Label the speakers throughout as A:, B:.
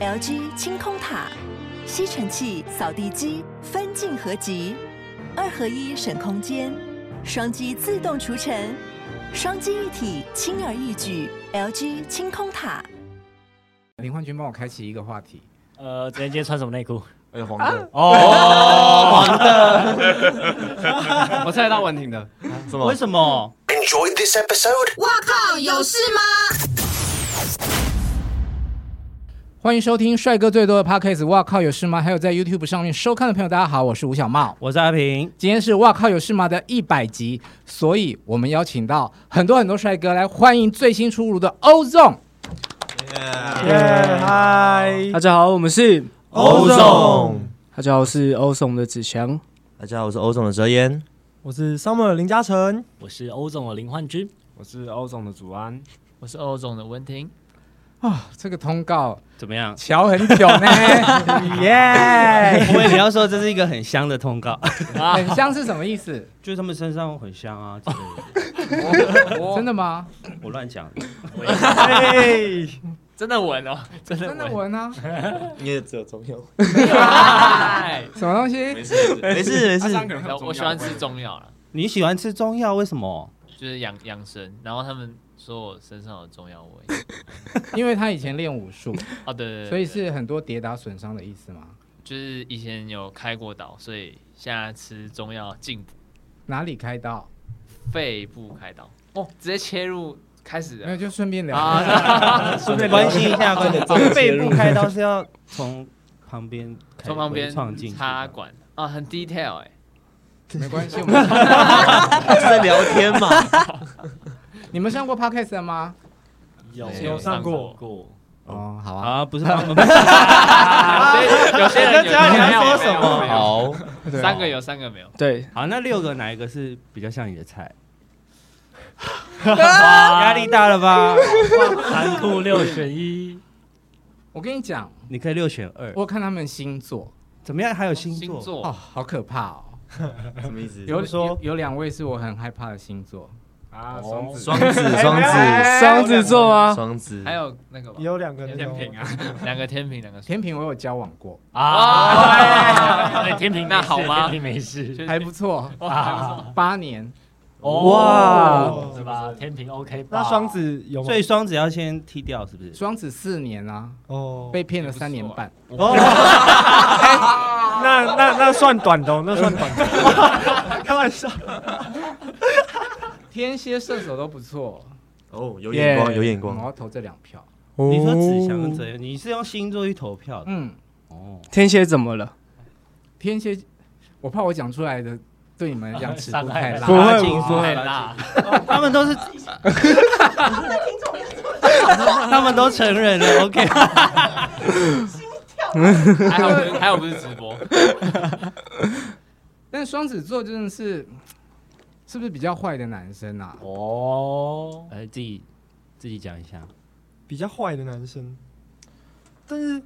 A: LG 清空塔、吸尘器、扫地机分镜合集，二合一省空间，双击自动除尘，双击一体轻而易举。LG 清空塔。
B: 林焕君帮我开启一个话题，
C: 呃，直接今天穿什么内裤？
D: 哎，黄的，
C: 哦，
E: 我猜得到文婷的，
D: 是吗
C: 为？什么？
F: Enjoyed this episode?
B: 欢迎收听帅哥最多的 podcast。哇靠，有事吗？还有在 YouTube 上面收看的朋友，大家好，我是吴小茂。
C: 我是阿平，
B: 今天是哇靠有事吗的一百集，所以我们邀请到很多很多帅哥来欢迎最新出炉的 Ozone。
E: 大家好，我们是
D: 欧总，
E: 大家好，我是欧颂的子祥。
D: 大家好，我是欧总的哲言。
G: 我是 Summer 林嘉诚，
C: 我是欧总的林焕君。
D: 我是欧总的祖安，
H: 我是欧总的文婷，
B: 这个通告？
C: 怎么样
B: 瞧很久呢，
G: 耶！
C: 我以为你要说这是一个很香的通告，
B: 很香是什么意思？
C: 就是他们身上很香啊之类
B: 真的吗？
C: 的。我乱讲，
G: 嘿
H: 真的稳 哦，真的
B: 真的
H: 稳。
B: 闻啊？
D: 你也只有中 药，
H: 哎
B: 什么东西？
D: 事没事没事，
H: 我我喜欢吃中药了，
C: 你喜欢吃中药，为什么？
H: 就是养养生。然后他们说我身上有中药 味。
B: 因为他以前练武术，
H: 哦，对对对，
B: 所以
H: 对
B: 是很多跌打损伤的意思吗？
H: 就是以前有开过刀，所以现在吃中药进补，
B: 哪里开刀？
H: 肺部开刀。哦，直接切入开始
B: 没有，
H: 了
B: 就顺便聊。
H: 啊，
G: 顺便
C: 关心一下，关心一下。
G: 切
C: 背
G: 入
C: 部开刀是要从旁边开
H: 从旁边
C: 创进去的
H: 插管啊，很 detail 哎。
B: 没关 系，我们
D: 是在聊天嘛？
B: 你们上过 podcast 的吗？
G: 哎
H: 有上过
C: 过
B: 哦，好啊，
C: 啊，不是帮我们
H: 所啊以有些人
G: 知道你要说
H: 什么
D: 好，
B: 对啊
H: 三个有三个没有，
E: 对，
C: 好，那六个哪一个是比较像你的菜？
G: 啊
C: 压力大了吧？
I: 残酷六选一，
B: 我跟你讲，
C: 你可以六选二，
B: 我有看他们星座
C: 怎么样？还有星座？
H: 星
B: 哦，
H: 座
B: 好可怕哦。
D: 什么意思？
B: 有
G: 说
B: 有有两位是我很害怕的星座，
I: 啊，双子
D: 哦双子，
G: 哎
D: 双子，
E: 双子座啊吗？
D: 双子，
H: 还有那个吧
G: 有两个哦那
H: 天
G: 种
H: 平啊，两个天平，两个
B: 天平我有交往过，
H: 啊
I: 啊，哎天平
H: 那好吗
I: 天平没事，
B: 还不错，
D: 哦
B: 啊
I: 哇，
B: 八年。
I: 哇，是吧？天平 OK 吧？
G: 那双子有吗
C: 所？以双子要先踢掉，是不是？
B: 双子四年啊，
G: 哦，
B: 被骗了三年
D: 啊
B: 半。
G: 哦哎那那那算短的哦，那算短的，开玩笑。
B: 天蝎、射手都不错，
D: 哦， 有眼光，
E: 耶
D: 有眼
B: 我要
G: 哦
D: 光，
B: 投这两票。
C: 你说子祥跟哲言，你是用星座去投票的
B: 嗯，
C: 哦？
E: 天蝎怎么了？
B: 天蝎，我怕我讲出来的对你 们来讲尺度太
E: 不
B: 大。
E: 会
C: 拉近
H: 太
C: 拉近
H: 辣，
C: 他们都是，他们都承认了。OK，
H: 还好不是还好不是直播，
B: 但双子座真的是，是不是比较坏的男生啊？
I: 哦，
C: 呃，自己自己讲一下。
G: 比较坏的男生，但是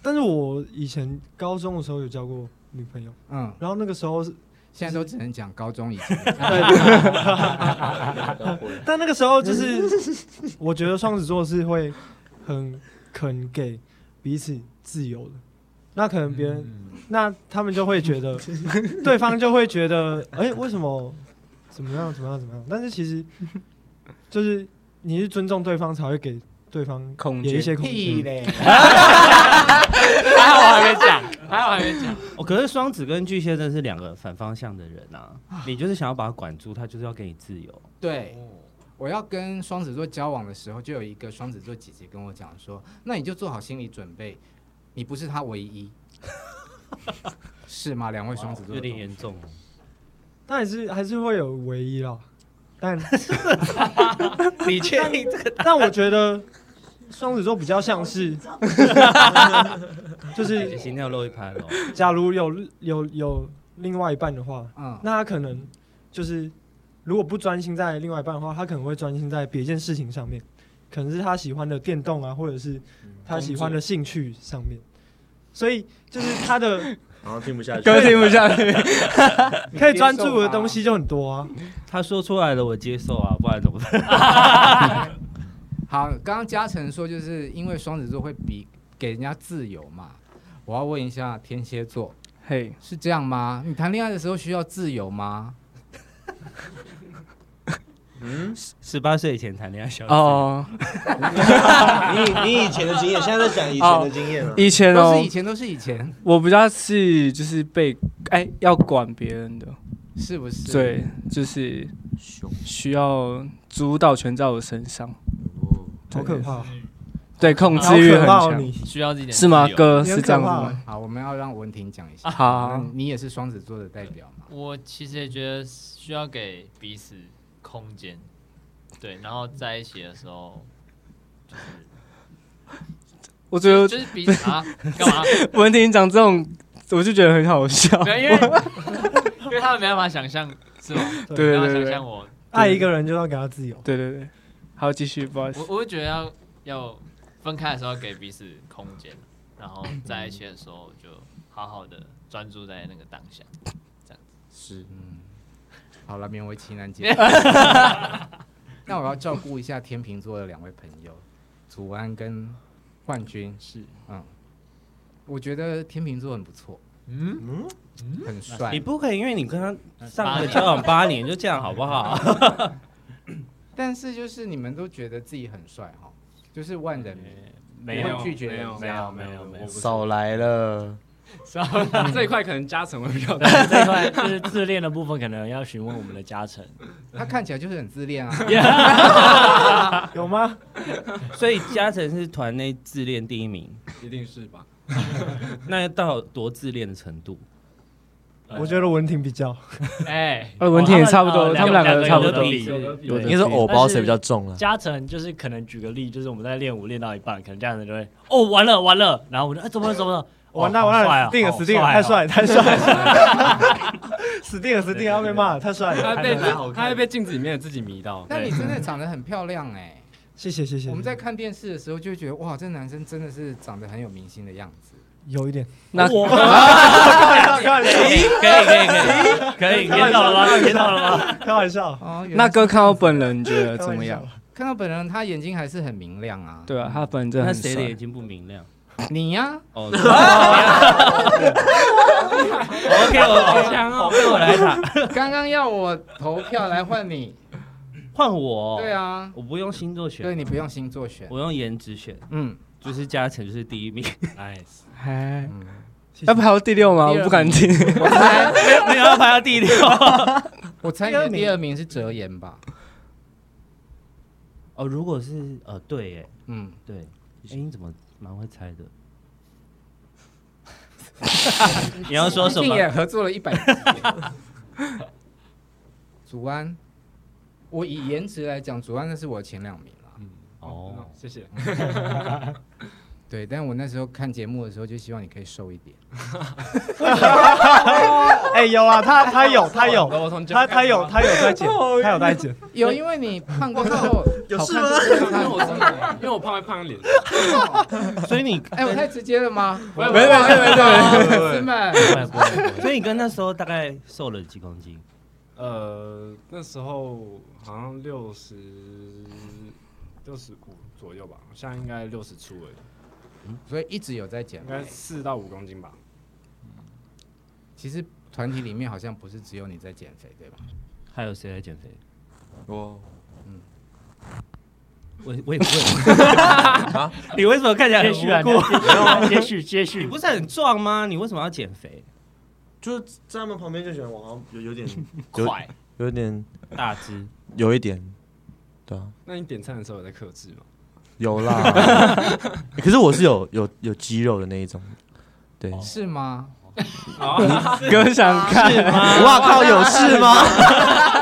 G: 但是我以前高中的时候有交过女朋友，
B: 嗯，
G: 然后那个时候是，
B: 现在都只能讲高中以前。
G: 但那个时候就是 我觉得双子座是会很肯给彼此自由的，那可能别人、那他们就会觉得对方就会觉得哎、为什么怎么样怎么样怎么样，但是其实就是你是尊重对方才会给对方
E: 空
G: 也一些空
B: 屁
G: 间。
B: 嘞！
H: 还好我还没讲，还好我还没讲，
C: 哦，可是双子跟巨蟹真的是两个反方向的人啊！你就是想要把他管住，他就是要给你自由。
B: 对，我要跟双子座交往的时候，就有一个双子座姐姐跟我讲说：“那你就做好心理准备，你不是他唯一。” 是吗？两位双子座
C: 有
B: 的
C: 点
B: 同学
C: 严重哦。
G: 但还是还是会有唯一啦，但
C: 你确定这个？
G: 但我觉得双子座比较像 是，就
C: 你
G: 是
C: 心跳漏一拍了哦。
G: 假如有有有另外一半的话，
B: 嗯，
G: 那他可能就是如果不专心在另外一半的话，他可能会专心在别件事情上面，可能是他喜欢的电动啊，或者是
I: 嗯
G: 他喜欢的兴趣上面。所以就是他的
D: 然后听不下去，
E: 哥听不下去，
G: 可以专注的东西 就很多啊，
C: 他说出来了，我接受啊，不然怎么办？
B: 好，刚刚嘉诚说就是因为双子座会比给人家自由嘛，我要问一下天蝎座
E: 嘿，
B: 是这样吗？你谈恋爱的时候需要自由吗？
C: 十八岁以前谈恋爱小哦，
E: 哦，
D: 你你以前的经验，现在在讲以前的经验了。
E: 以前
B: 都
E: 哦
B: 是以，前，都是以前，
E: 我比较是就是被哎要管别人的，
B: 是不是？
E: 对，就是需要主导权在我身上，
G: 好可怕，好
E: 对，控制欲
G: 可
E: 很
G: 怕哦
E: 强，
G: 你。
H: 需要一点
E: 是吗
H: 自？由
E: 哥
G: 你很
E: 是这样子
G: 可怕哦
E: 吗？
B: 好，我们要让文婷讲一下。
E: 好
I: 啊
B: 那，你也是双子座的代表嘛？
H: 我其实也觉得需要给彼此空间，对，然后在一起的时候，
E: 我觉得
H: 就是彼此啊，干嘛？
E: 文婷讲这种，我就觉得很好笑。
H: 没有，因为因为他们没办法想象，是吗？
E: 对
H: 没
E: 对
H: 办法
E: 对
H: 想
E: 对
H: 象我，
G: 爱一个人就要给他自由。
E: 对对对，好，继续，不好意思
H: 我。我会觉得要要分开的时候给彼此空间，然后在一起的时候就好好的专注在那个当下。
B: 是，嗯，好了，勉为其 难解释。 那我要照顾一下天秤座的两位朋友，祖安跟冠军。是，嗯，我觉得天秤座很不错，嗯很
C: 你
B: 帅。
C: 不可以，因为你跟他上个交往八年，就这样好不好？
B: 但是就是你们都觉得自己很帅哈，就是万人迷。
I: 没
B: 会
I: 有
B: 拒绝
I: 没有
B: 人
I: 没
B: 家
I: 有没有没有，
D: 少来了，
I: 这一块可能嘉诚会比较多，这一块就是自恋的部分，可能要询问我们的嘉诚。
B: 他看起来就是很自恋啊，
G: 有吗？
C: 所以嘉诚是团内自恋第一名，
I: 一定是 吧？
C: 那要到多自恋的程度？
G: 我觉得文婷比较，
I: 哎，
E: 呃，文婷也差不
I: 哦
E: 多，他
I: 他
F: 哎
E: 们
I: 们
E: 两
I: 两
E: 个
I: 个
E: 差不多。
C: 有
I: 有得比
E: 有
D: 应
E: 的
D: 该是偶包谁比较重了？
I: 嘉诚就是可能举个例，就是我们在练舞练到一半，可能嘉诚就会哦完了完了，然后我们就哎怎么了怎么了，
G: 完
I: 哦
G: 了
I: 好
G: 完
I: 帅
G: 了，
I: 啊
G: 死定了
I: 好
G: 死定了，
I: 帅啊
G: 太帅了太帅 了，死定了死定了，要被骂了，太帅
F: 他
G: 了。
F: 会被他会被镜子里面的自己迷到。
B: 那你
F: 对，
B: 真的长得很漂亮哎、
G: 谢谢谢谢。
B: 我们在看电视的时候就会觉得哇，这男生真的是长得很有明星的样子。
G: 有一点，
E: 那
C: 可以可以可以可以，看到了吗？看到了吗？
G: 开玩笑，
B: 哦，原来
E: 那
B: 是
E: 哥看到本人你觉得
G: 开
E: 怎么
G: 玩笑
E: 样？？
B: 看到本人，他眼睛还是很明亮啊。
E: 对啊，他本人真的
C: 那
E: 很
C: 谁的眼
E: 帅。
C: 睛不明亮？
B: 你呀、
C: 哦，OK，我好香哦，被我来打，
B: 刚刚要我投票来换你。
C: 换我。
B: 对，啊，
C: 我不用星座选，
B: 对你不用星座选。
C: 哦我用颜值选，
B: 嗯，
C: 就是嘉诚就是第一名。
I: nice，
E: 哎，
B: 嗯
G: 谢谢
E: 要排到第六吗？
B: 第
E: 我
B: 二
E: 不敢听。
B: 我猜，
C: 没有要排到 第六，
B: 我猜你的第二名是哲言吧？
C: 哦，如果是呃，对耶，
B: 嗯，
C: 对，哎、你怎么蛮会猜的？你要说什
B: 毕竟
C: 么？
B: 也合作了一百集。祖安，我以颜值来讲，祖安那是我的前两名了。
C: 哦，
F: 谢谢。
B: 对，但我那时候看节目的时候，就希望你可以瘦一点。
C: 哦
G: 哎，有啊，他他有他 有
F: 沟通就
G: 他他有他有在剪，他有在剪，
B: 有，因为你胖过之后，
D: 有
B: 好
D: 事
B: 看
D: 吗
B: 度就
F: 因为
B: 差
F: 我
B: 很
F: 真
B: 多
F: 的，因为我胖会胖脸，
C: 所以 你，
B: 哎，我太直接了 吗？
F: 没有没有
B: 粉丝们，
I: 不会不会不会，
C: 所以你跟那时候大概瘦了几公斤？
F: 呃，那时候好像六十六十五左右吧，现在应该六十出而已，
B: 所以一直有在减
F: 应
B: 肥
F: 该。四到五公斤吧。
B: 其实团体里面好像不是只有你在减肥，对吧？
C: 还有谁在减肥？
D: 我
C: 我我也不会。 你为什么看起来很
I: 接续啊，
C: 无辜？
I: 你 接续接续
C: 你不是很壮吗？你为什么要减肥？
D: 就是在他们旁边就觉得我好像有有点
I: 快，
D: 有点
C: 大 只，
D: 有一点，对啊，
F: 那你点餐的时候有在克制吗？
D: 有啦。可是我是有有有肌肉的那一种，对。
B: 是吗？
E: 哥想看，
D: 哇靠，有事吗？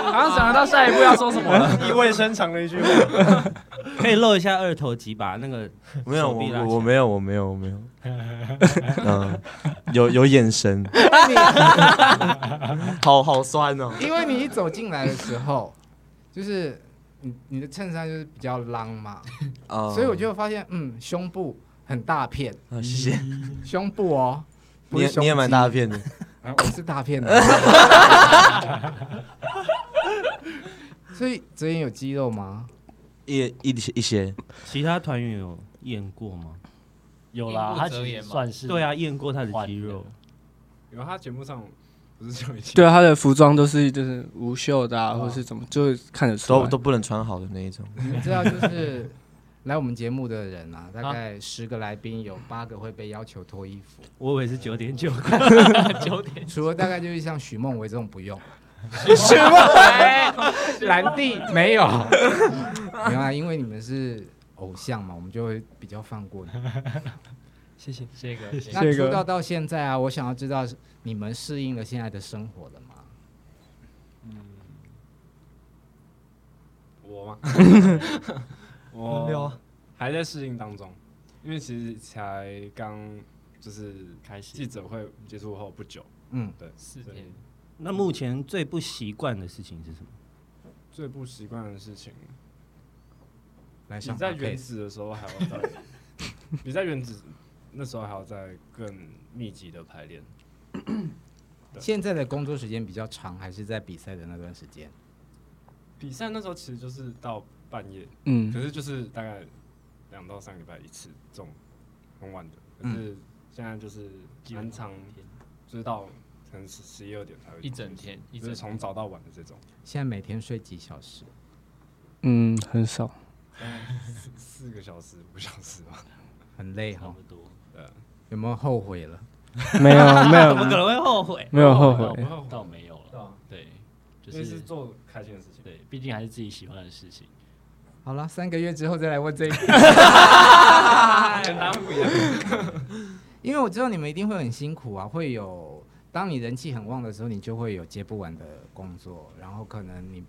F: 马上想得到下一步要说什么 了。
G: 意味深长的一句话。
C: 可以露一下二头肌吧？那个
D: 没有，
C: 手臂
D: 我
C: 拉
D: 我
C: 起来
D: 我没有，我没有，我没有。嗯，有有眼神， 好好酸哦。
B: 因为你一走进来的时候，就是你你的衬衫就是比较浪嘛，
D: 啊
B: 所以我就发现，嗯，胸部很大片，
D: 啊，谢谢。
B: 胸部哦，不
D: 你
B: 是
D: 也
B: 胸
D: 你也蛮大
B: 肌，
D: 片的，
B: 啊我是大片的。所以哲言有肌肉吗？
D: 一一些一些，
C: 其他团员有验过吗？
I: 有啦
H: 面，部
I: 他
H: 遮
I: 其
H: 掩
I: 实
H: 嘛
I: 算是
C: 对啊，验过他的肌肉，
F: 有他节目上不是就已经
E: 对啊，他的服装都是就是无袖的、啊，或是怎么，就会看得出来。
D: 都都不能穿好的那一种。
B: 你们知道，就是来我们节目的人啊，大概十个来宾有八个会被要求脱衣服，
C: 我以为是九点九。
H: 九点
B: 除了大概就是像许梦维这种不 用，
H: 什么？
B: 兰弟没有，没有啊，因为你们是偶像嘛，我们就会比较放过你。
G: 谢谢。
H: 这个这个
B: 那出道到现在啊，我想要知道你们适应了现在的生活了吗？
F: 我吗？
G: 轮流
F: 我
G: 啊，
F: 还在适应当中，因为其实才刚就是开始记者会结束后不久，
B: 嗯，
H: 四 天，
C: 那目前最不习惯的事情是什么？
F: 最不习惯的事情，
B: 来
F: 比
B: 上
F: 在
B: podcast
F: 原子的时候还要再，比在原子那时候还要再更密集的排练。
B: 现在的工作时间比较长，还是在比赛的那段时间？
F: 比赛那时候其实就是到半夜，可
E: 嗯，
F: 是就是大概两到三个礼拜一次，这种很晚的。可是现在就是蛮长，就是到可能十十一二点才会
H: 一整天，一
F: 就
H: 整
F: 是
H: 天
F: 从早到晚的这种，
B: 现在每天睡几小时？
E: 嗯，很少。
F: 四个小时、五小时吧。
B: 很累哈，
C: 多，
B: 有没有后悔了？
E: 没有，没
C: 怎么可
E: 有，
C: 能会后悔？
E: 没有后
F: 不
E: 悔。
F: 后
I: 倒
F: 悔，
I: 没有
F: 啊
I: 了，对，就
F: 因为是
I: 是
F: 做开心的事情。
I: 对，毕竟还是自己喜欢的事情。
B: 好了，三个月之后再来问这一 题， 因为我知道你们一定会很辛苦啊，会有当你人气很旺的时候，你就会有接不完的工作，然后可能你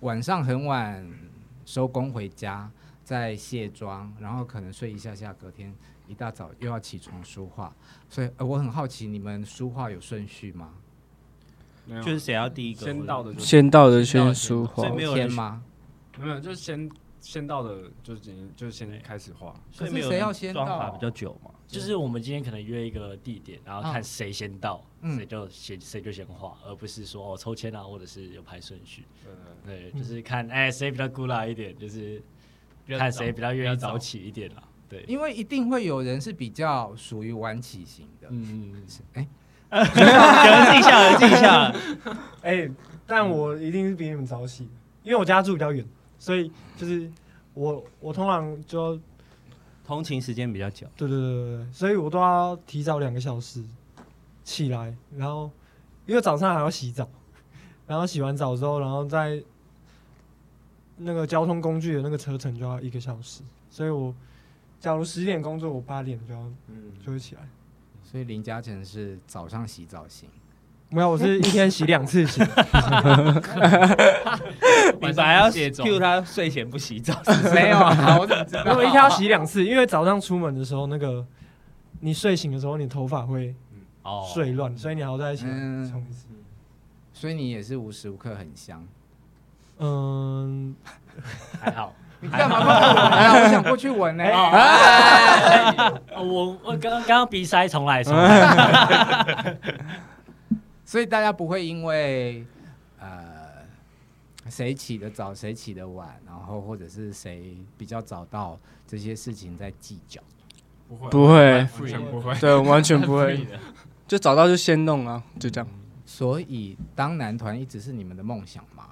B: 晚上很晚收工回家，再卸妆，然后可能睡一下下，隔天一大早又要起床梳化，所以、呃我很好奇你们梳化有顺序吗？
F: 没有
C: 就是谁要第一个？
F: 先到的就是
E: 先到的先说
C: 所
E: 话
C: 以，没有人
B: 天吗？
F: 没有，就是先先到的就已经就先开始画。
C: 所以
B: 可
C: 没
B: 是
C: 有
B: 谁
C: 人
B: 要先
C: 装法
B: 到啊
C: 比较久嘛？
I: 就是我们今天可能约一个地点，然后看谁先到，
B: 嗯
I: 谁就先谁就先画，而不是说哦抽签啊，或者是有排顺序。
F: 对对对
I: 对，就是看哎谁比较孤辣一点，就是
H: 比较
I: 看
H: 早
I: 谁比较愿意
H: 比较
I: 早
H: 早
I: 起一点啦。对，
B: 因为一定会有人是比较属于晚起型的，
I: 嗯，
C: 有人自己下，有人自己下。
G: 哎，但我一定是比你们早起，因为我家住比较远，所以就是我我通常就
C: 通勤时间比较久，
G: 对对对对对，所以我都要提早两个小时起来，然后因为早上还要洗澡，然后洗完澡之后，然后再那个交通工具的那个车程就要一个小时，所以我假如十点工作，我八点就要
F: 嗯，
G: 就会起来。
B: 所以林嘉诚是早上洗澡 型。
G: 没有，我是一天洗两次洗，
C: 你本来要
H: 卸妆
C: Q 他睡前不洗澡，
B: 没有啊，我怎么知
G: 没有我一天要洗两次，因为早上出门的时候，那个你睡醒的时候，你头发会
I: 哦，
G: 睡乱，所以你还要再洗
B: 嗯
G: 冲一次。
B: 所以你也是无时无刻很香。
G: 嗯，
I: 还好。
B: 你干嘛不闻啊？我想过去闻
I: 哎
B: 呢、
I: 哦我我刚刚刚鼻塞，重来重
J: 哎
I: 来。
B: 所以大家不会因为呃谁起得早，谁起得晚，然后或者是谁比较早到这些事情在计较。
F: 不会
E: 不会，
F: 完全不会。
E: 对，我完全不
H: free
E: 会，
H: 的
E: 就找到就先弄啊，就这样。
B: 所以当男团一直是你们的梦想嘛？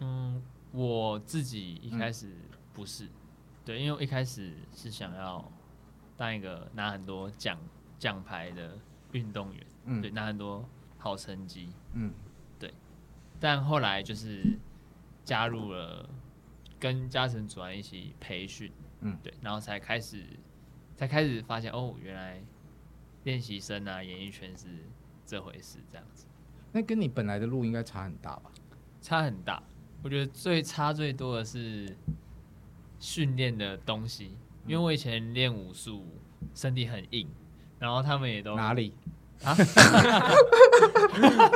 H: 嗯，我自己一
B: 嗯
H: 开始不是，对，因为我一开始是想要当一个拿很多奖奖牌的运动员，
B: 嗯
H: 对，拿很多好成绩，
B: 嗯，
H: 但后来就是加入了跟嘉诚主任一起培训，
B: 嗯
H: 对，然后才开始才开始发现哦，原来练习生啊，演艺圈是这回事，这样子
B: 那跟你本来的路应该差很大吧？
H: 差很大。我觉得最差最多的是训练的东西，因为我以前练武术身体很硬，然后他们也都
B: 哪里？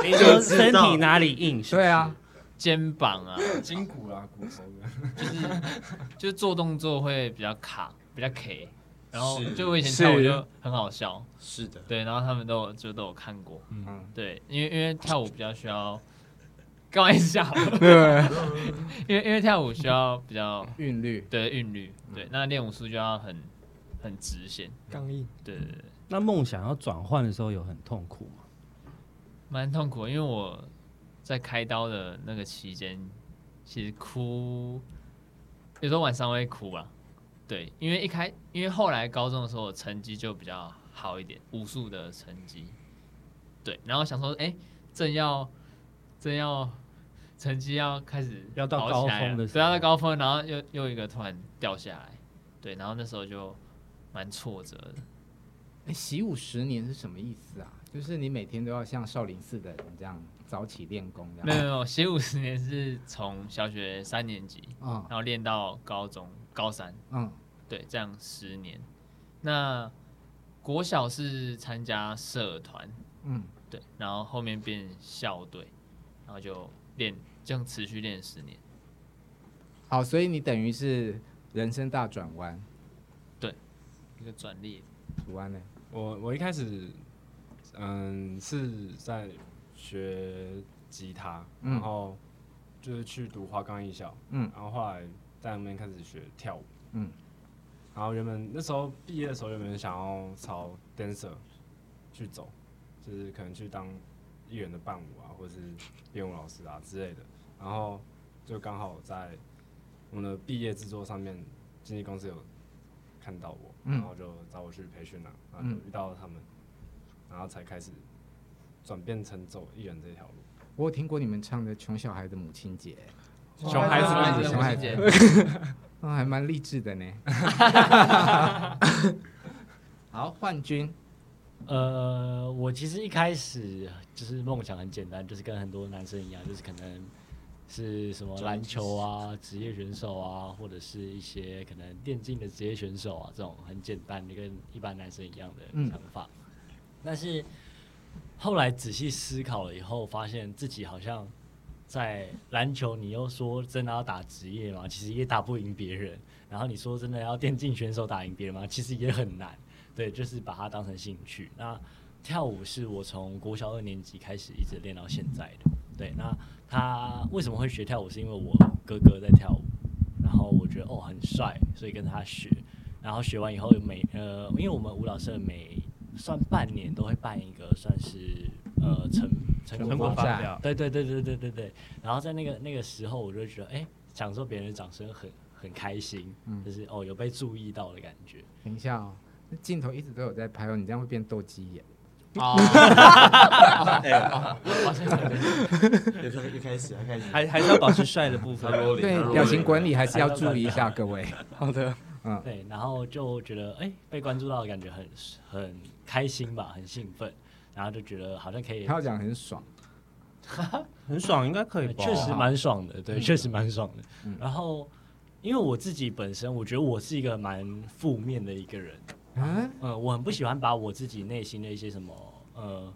C: 你说身体哪里硬？
B: 对啊，
H: 肩膀 啊，
F: 筋骨啊，骨头的。
H: 就是做动作会比较卡，比较 K，然后
F: 是
H: 就我以前跳舞
E: 是
H: 就很好笑。
F: 是的，
H: 对，然后他们都有就都有看过，
B: 嗯
H: 对，因为因为跳舞比较需要 干嘛一直吓我？ 因为因为跳舞需要比较
B: 韵律，
H: 对韵律，对，
F: 嗯
H: 那练武术就要很很直线，
G: 刚硬。
H: 对对对，
J: 那梦想要转换的时候有很痛苦吗？
H: 蛮痛苦的，因为我在开刀的那个期间，其实哭，有时候晚上会哭啊。对，因为一开，因为后来高中的时候，我成绩就比较好一点，武术的成绩。对，然后想说，哎、正要正要成绩要开始
J: 要到
H: 好起来
J: 高峰
H: 了
J: 的时
H: 对，要
J: 候
H: 到高峰，然后又又一个突然掉下来，对，然后那时候就蛮挫折的。
B: 哎，习武十年是什么意思啊？就是你每天都要像少林寺的人这样早起练功，这
H: 没有没
B: 样。
H: 有没有，写五十年是从小学三年级，
B: 嗯
H: 然后练到高中高三，
B: 嗯，
H: 对，这样十年。那国小是参加社团，
B: 嗯，
H: 对，然后后面变校队，然后就练，这样持续练十年。
B: 好，所以你等于是人生大转弯，
H: 一个转捩，
B: 主弯呢？
F: 我我一开始，嗯，是在学吉他，
B: 嗯
F: 然后就是去读花岗艺校，
B: 嗯
F: 然后后来在那边开始学跳舞，
B: 嗯，
F: 然后原本那时候毕业的时候原本想要朝 dancer 去走，就是可能去当艺人的伴舞啊，或是编舞老师啊之类的，然后就刚好在我们的毕业制作上面，经纪公司有看到我，
B: 嗯
F: 然后就找我去培训了、然后就遇到了他们，然后才开始转变成走艺人这条路。
B: 我有听过你们唱的《穷小孩的母亲节
F: 熊孩子
H: 哇
F: 的
H: 熊
F: 熊
H: 孩
F: 孩
H: 子
F: 子，
H: 的母亲节》，
B: 啊，还蛮励志的呢。 好，幻君，
C: 呃，我其实一开始就是梦想很简单，就是跟很多男生一样，就是可能是什么篮球啊、职业选手啊，或者是一些可能电竞的职业选手啊，这种很简单的跟一般男生一样的想法。但是后来仔细思考了以后，发现自己好像在篮球，你又说真的要打职业嘛，其实也打不赢别人。然后你说真的要电竞选手打赢别人吗？其实也很难。对，就是把它当成兴趣。那跳舞是我从国小二年级开始一直练到现在的。对，那他为什么会学跳舞？是因为我哥哥在跳舞，然后我觉得哦很帅，所以跟他学。然后学完以后每呃，因为我们舞蹈社每算半年都会办一个算是呃成成
J: 成
C: 果
J: 果
C: 发
J: 发
C: 表。
J: 表，
C: 对对对对对对对。然后在那个那个时候，我就觉得，哎、享受别人的掌声很很开心，就是哦有被注意到的感觉。
B: 等一下哦，那镜头一直都有在拍哦，你这样会变斗鸡眼。
H: 哦， 哎
D: 又开又开始要开始，
J: 还还是要保持帅的部 分。
B: 对，表情管理还是要注意一下，各位。
E: 好的，
C: 对，然后就觉得哎、被关注到的感觉很很开心吧，很兴奋，然后就觉得好像可以
B: 他，要讲很爽，
J: 很爽，应该可以
C: 呃
J: 吧？嗯
C: 确实蛮爽的，对，确实蛮爽的。然后因为我自己本身，我觉得我是一个蛮负面的一个人，
B: 嗯，
C: 呃，我很不喜欢把我自己内心的一些什么呃，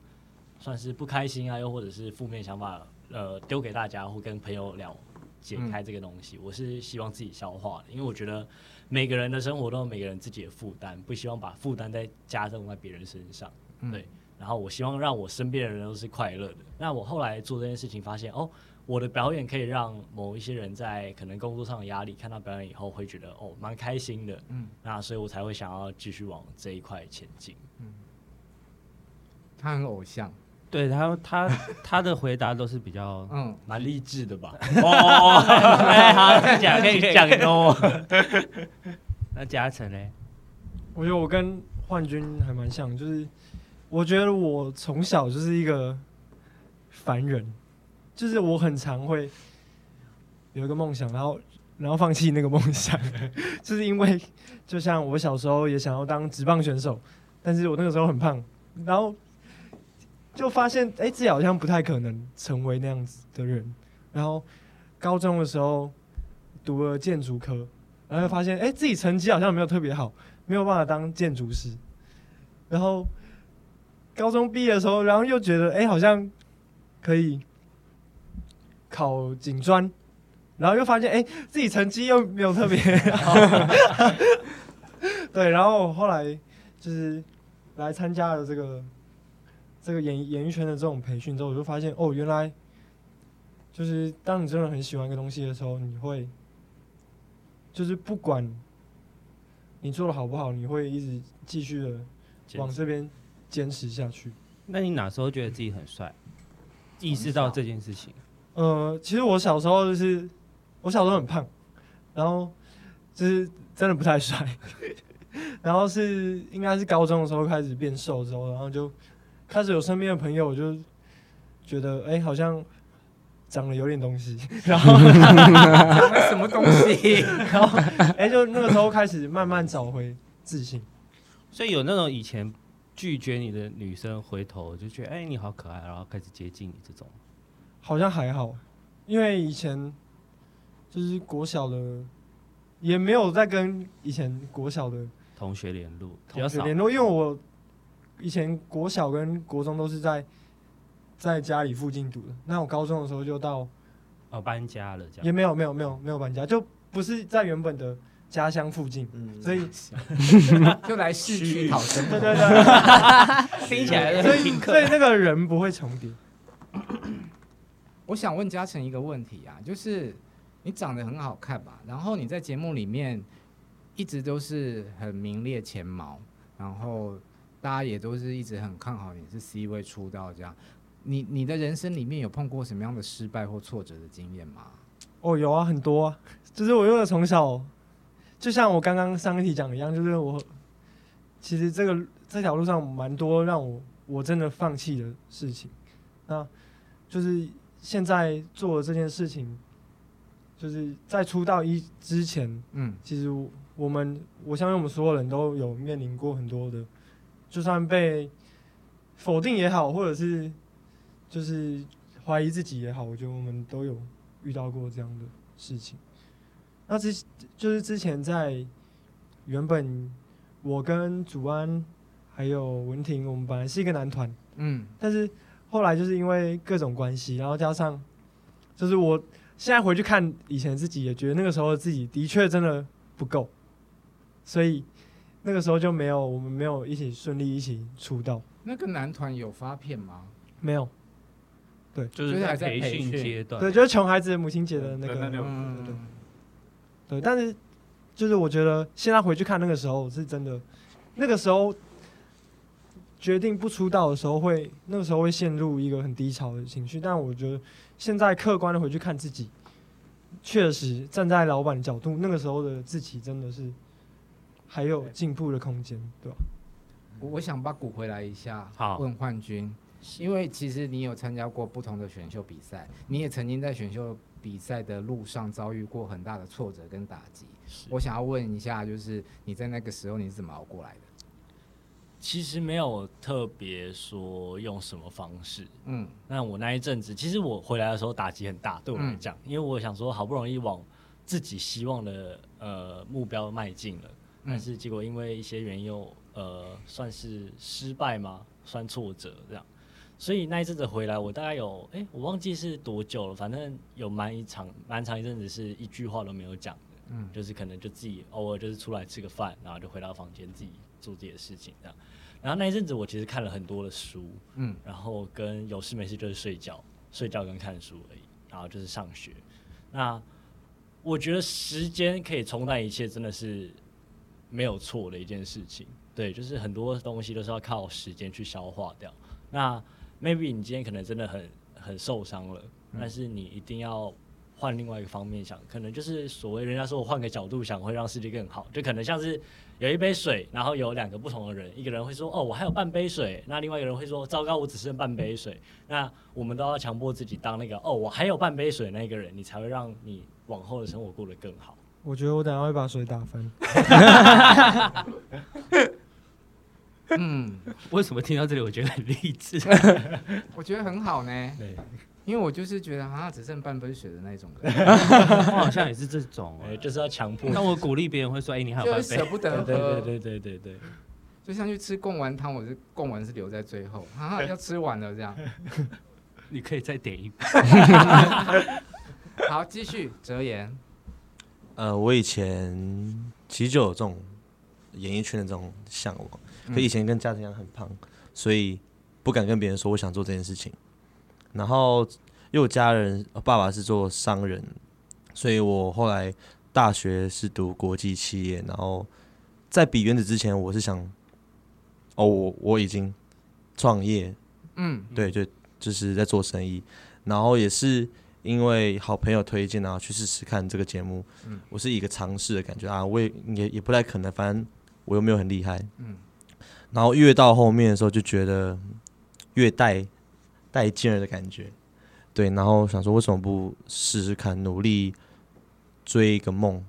C: 算是不开心啊，又或者是负面想法，呃，丢给大家或跟朋友聊，解开这个东西。我是希望自己消化的，因为我觉得每个人的生活都有每个人自己的负担，不希望把负担再加重在别人身上。对，然后我希望让我身边的人都是快乐的。那我后来做这件事情，发现哦，我的表演可以让某一些人在可能工作上的压力看到表演以后，会觉得哦蛮开心的。嗯，那所以我才会想要继续往这一块前进。
B: 他很偶像，
J: 对他他他的回答都是比较
B: 嗯，
C: 蛮励志 的吧？
J: 哦，哎好，再讲可以 讲 哦。那嘉诚嘞，
G: 我觉得我跟幻君还蛮像，就是我觉得我从小就是一个凡人，就是我很常会有一个梦想，然后然后放弃那个梦想， 就是因为就像我小时候也想要当职棒选手，但是我那个时候很胖，然后就发现哎、自己好像不太可能成为那样子的人，然后高中的时候读了建筑科，然后发现哎、自己成绩好像没有特别好。没有办法当建筑师。然后高中毕业的时候，然后又觉得哎、好像可以考警专，然后又发现哎、自己成绩又没有特别好。对，然后后来就是来参加了这个这个演艺演艺圈的这种培训之后，我就发现哦，原来就是当你真的很喜欢一个东西的时候，你会就是不管你做的好不好，你会一直继续的往这边坚持下去。
K: 那你哪时候觉得自己很帅？意识到这件事情，
G: 呃，其实我小时候就是，我小时候很胖，然后就是真的不太帅， 然后是应该是高中的时候开始变瘦之后，然后就开始有身边的朋友，我就觉得哎、好像长得有点东西， 然后
B: 什么东西？
G: 然后哎、就那个时候开始慢慢找回自信。
K: 所以有那种以前拒绝你的女生回头就觉得哎、你好可爱，然后开始接近你这种。
G: 好像还好，因为以前就是国小的，也没有在跟以前国小的
K: 同学联络比较
G: 同学
K: 少，
G: 联络，因为我以前国小跟国中都是在在家里附近读的，那我高中的时候就到
K: 哦搬家了这
G: 也
K: 样。
G: 没有没有没有没有搬家，就不是在原本的家乡附近，
K: 嗯
D: 嗯
G: 所以
B: 就来市区讨生
G: 对
B: 活。
G: 对 对，
K: 听起来
G: 所以所以那个人不会重叠，
B: 我想问嘉诚一个问题啊，就是你长得很好看吧，然后你在节目里面一直都是很名列前茅，然后大家也都是一直很看好你是 C 位出道这样。你你的人生里面有碰过什么样的失败或挫折的经验吗？
G: 哦有啊很多啊，就是我因为从小就像我刚刚上一题讲的一样，就是我其实这个这条路上蛮多让我我真的放弃的事情，那就是现在做的这件事情，就是在出道一之前，
B: 嗯，
G: 其实我我们我相信我们所有人都有面临过很多的，就算被否定也好，或者是就是怀疑自己也好，我觉得我们都有遇到过这样的事情。那之就是之前在原本我跟祖安还有文婷，我们本来是一个男团，
B: 嗯，
G: 但是后来就是因为各种关系，然后加上就是我现在回去看以前自己，也觉得那个时候自己的确真的不够，所以那个时候就没有我们没有一起顺利一起出道，
B: 那个男团有发片吗？
G: 没有
K: 就
B: 就是是还
K: 在
B: 在
K: 培
B: 培
K: 训
B: 训
K: 阶段，
G: 对，就是穷孩子的母亲节的那个
F: 对那六
B: 嗯，
G: 对，但是就是我觉得现在回去看那个时候是真的，那个时候决定不出道的时候会，那个时候会陷入一个很低潮的情绪。但我觉得现在客观的回去看自己，确实站在老板的角度，那个时候的自己真的是还有进步的空间，对吧？
B: 我我想把鼓回来一下，
K: 好
B: 问幻君，因为其实你有参加过不同的选秀比赛，你也曾经在选秀比赛的路上遭遇过很大的挫折跟打击。我想要问一下，就是你在那个时候你是怎么熬过来的？
C: 其实没有特别说用什么方式。
B: 嗯
C: 那我那一阵子，其实我回来的时候打击很大，对我来讲，因为我想说好不容易往自己希望的呃目标迈进了，但是结果因为一些原因又呃算是失败吗？算挫折这样，所以那一阵子回来，我大概有哎、我忘记是多久了，反正有蛮一长蛮长一阵子是一句话都没有讲的，
B: 嗯
C: 就是可能就自己偶尔就是出来吃个饭，然后就回到房间自己做自己的事情这样。然后那一阵子我其实看了很多的书，
B: 嗯，
C: 然后跟有事没事就是睡觉，睡觉跟看书而已，然后就是上学。那我觉得时间可以冲淡一切，真的是没有错的一件事情。对，就是很多东西都是要靠时间去消化掉。那 maybe 你今天可能真的很很受伤了，但是你一定要换另外一个方面想，可能就是所谓人家说我换个角度想会让世界更好，就可能像是有一杯水，然后有两个不同的人，一个人会说哦我还有半杯水，那另外一个人会说糟糕我只剩半杯水，那我们都要强迫自己当那个哦我还有半杯水的那个人，你才会让你往后的生活过得更好。
G: 我觉得我等一下会把水打翻。
B: 嗯，
K: 为什么听到这里我觉得很励 志？
B: 我觉得很好呢，
C: 对，
B: 因为我就是觉得啊，只剩半杯水的那种人，
K: 我好像也是这种
C: 呃
K: 欸，
C: 就是要强迫。
K: 但我鼓励别人会说，哎，你还有
B: 就是
K: 半
B: 舍
K: 杯，
B: 不得喝。
C: 对对对对对对，
B: 就像去吃贡丸汤，我是贡丸是留在最后， 啊，要吃完了这样。
K: 你可以再点一杯。
B: 好，继续哲言，
D: 呃，我以前其实就有这种演艺圈的这种向往，可以前跟家庭一样很胖，所以不敢跟别人说我想做这件事情。然后因为我家人呃爸爸是做商人，所以我后来大学是读国际企业，然后在比原子之前，我是想，哦，我我已经创业，
B: 嗯，
D: 对，就就是在做生意，然后也是因为好朋友推荐，然后去试试看这个节目，
B: 嗯
D: 我是一个尝试的感觉啊，我也也也不太可能，反正我又没有很厉害，
B: 嗯
D: 然后越到后面的时候就觉得越带带劲儿的感觉，对，然后想说为什么不试试看，努力追一个梦，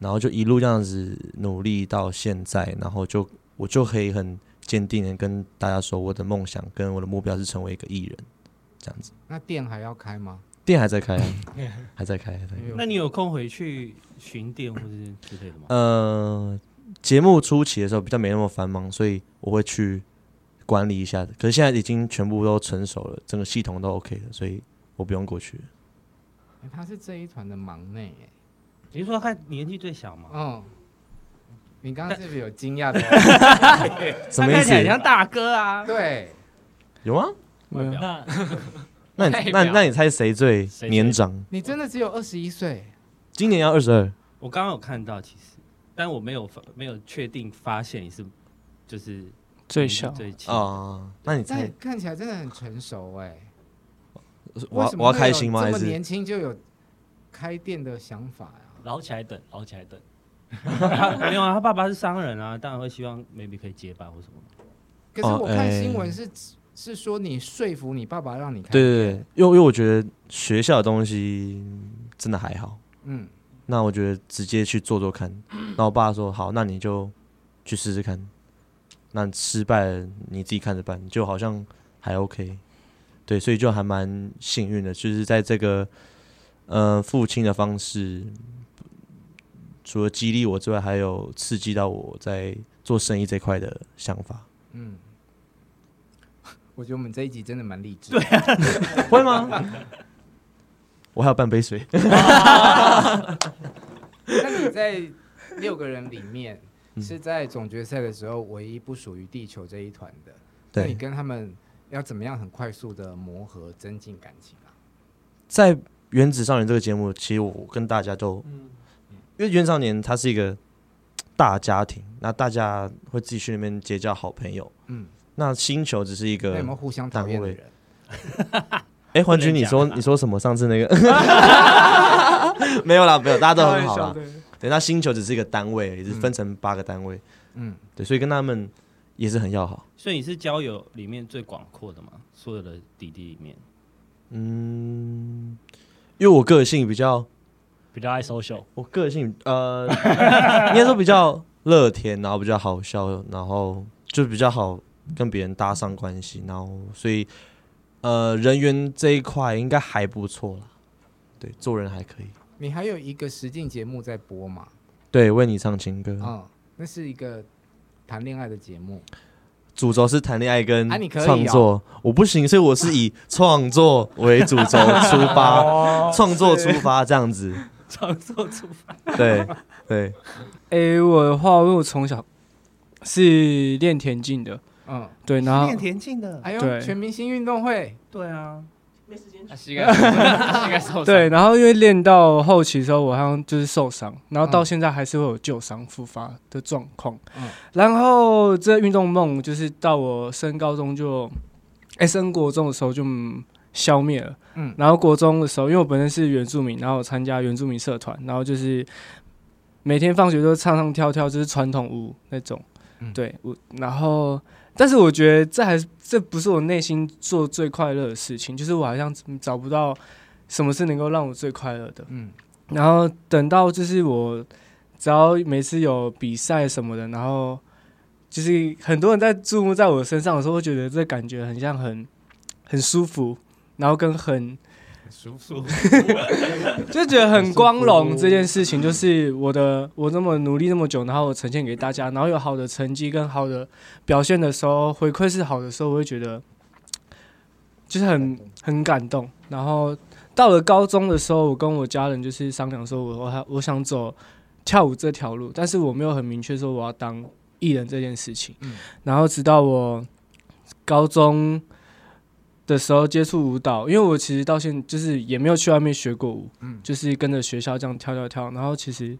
D: 然后就一路这样子努力到现在，然后就我就可以很坚定的跟大家说，我的梦想跟我的目标是成为一个艺人，这样子。
B: 那店还要开吗？哎
D: 店还在开啊，还在开，还在开。
B: 因为
C: 那你有空回去巡店或者是之类的吗？
D: 呃，节目初期的时候比较没那么繁忙，所以我会去管理一下。可是现在已经全部都成熟了，整个系统都 OK 了，所以我不用过去了。
B: 哎他是这一团的忙内哎耶。
C: 你是说他年纪最小吗？
B: 嗯，你刚刚是不是有惊 讶的？
C: 他看
D: 什么意
C: 起来
D: 思？
C: 像大哥啊，
B: 对，
D: 有吗？
E: 没有
I: 那
D: 那
H: 代
D: 你
H: 表
D: 那那你猜谁最
I: 谁最
D: 年长？
B: 你真的只有二十一岁，
D: 今年要二十二，
C: 我刚刚有看到，其实，但我没有发没有确定发现你是就是
E: 最
C: 年纪
E: 小
C: 最轻
D: 哦，那你
B: 但你
D: 猜
B: 看起来真的很成熟哎。
D: 我
B: 为
D: 要
B: 什么
D: 我要
B: 会
D: 开
B: 有
D: 心吗？还
B: 这么
D: 是
B: 年轻就有开店的想法啊呀？
I: 捞起来等，捞起来等。
C: 没有啊，他爸爸是商人啊，当然会希望 maybe 可以结拜或什么。
B: 可是
D: 哦
B: 我看
D: 哎
B: 新闻是是说你说服你爸爸让你开店，
D: 对对对，因为因为我觉得学校的东西真的还好，
B: 嗯，
D: 那我觉得直接去做做看。然后我爸说好，那你就去试试看。那失败了你自己看着办，就好像还 OK。对，所以就还蛮幸运的，就是在这个呃父亲的方式，除了激励我之外，还有刺激到我在做生意这块的想法。
B: 嗯，我觉得我们这一集真的蛮励志。对，
D: 会吗？我还有半杯水。
B: 那 你在六个人里面
F: 嗯
B: 是在总决赛的时候唯一不属于地球这一团的，那你
D: 对，
B: 跟他们要怎么样很快速的磨合，增进感情啊？
D: 在《原子少年》这个节目，其实我跟大家都，
B: 嗯
D: 因为《原子少年》它是一个大家庭，那大家会自己去那边结交好朋友。
B: 嗯，
D: 那星球只是一
B: 那
D: 个
B: 有没有，互相讨厌的人？
D: 哎，环君，
I: 不能
D: 你
I: 讲
D: 说
I: 啊
D: 你说什么？上次 那个 没有啦，没有，大家都很好啦。对，那星球只是一个单位，也是分成八个单位，
B: 嗯，
D: 对，所以跟他们也是很要好。
C: 所以你是交友里面最广阔的嘛？所有的弟弟里面，
D: 嗯，因为我个性比较
I: 比较爱 social，
D: 我个性呃， 应该说比较乐天，然后比较好笑，然后就比较好跟别人搭上关系，然后所以呃人缘这一块应该还不错啦。对，做人还可以。
B: 你还有一个实境节目在播嘛？
D: 对，为你唱情歌，
B: 嗯，那是一个谈恋爱的节目。
D: 主轴是谈恋爱跟
B: 啊你可以哦
D: 创作，我不行，所以我是以创作为主轴出发，创作出发这样子，
C: 创作出发。
D: 对对，
E: 诶、哎我的话，因为我从小是练田径的，
B: 嗯，
E: 对，然后
C: 练田径的，
B: 哎呦，
E: 对
B: 全明星运动会，
C: 对啊，
H: 他膝盖膝盖受伤，
E: 对，，然后因为练到后期的时候，我好像就是受伤，然后到现在还是会有旧伤复发的状况。
B: 嗯
E: 然后这运动梦就是到我升高中就，哎、升国中的时候就嗯消灭了。
B: 嗯
E: 然后国中的时候，因为我本身是原住民，然后我参加原住民社团，然后就是每天放学都唱唱跳跳，就是传统舞那种。
B: 嗯
E: 对，我然后。但是我觉得这还是这不是我内心做最快乐的事情，就是我好像找不到什么是能够让我最快乐的。
B: 嗯
E: 然后等到就是我只要每次有比赛什么的，然后就是很多人在注目在我身上的时候，会觉得这感觉很像很很舒服，然后跟很
F: 舒服，
E: 就觉得很光荣这件事情，就是我的我这么努力那么久，然后我呈现给大家，然后有好的成绩跟好的表现的时候，回馈是好的时候，我会觉得就是很很感动。然后到了高中的时候，我跟我家人就是商量说我，我还我想走跳舞这条路，但是我没有很明确说我要当艺人这件事情。
B: 嗯
E: 然后直到我高中的时候接触舞蹈，因为我其实到现就是也没有去外面学过舞，
B: 嗯
E: 就是跟着学校这样跳跳跳，然后其实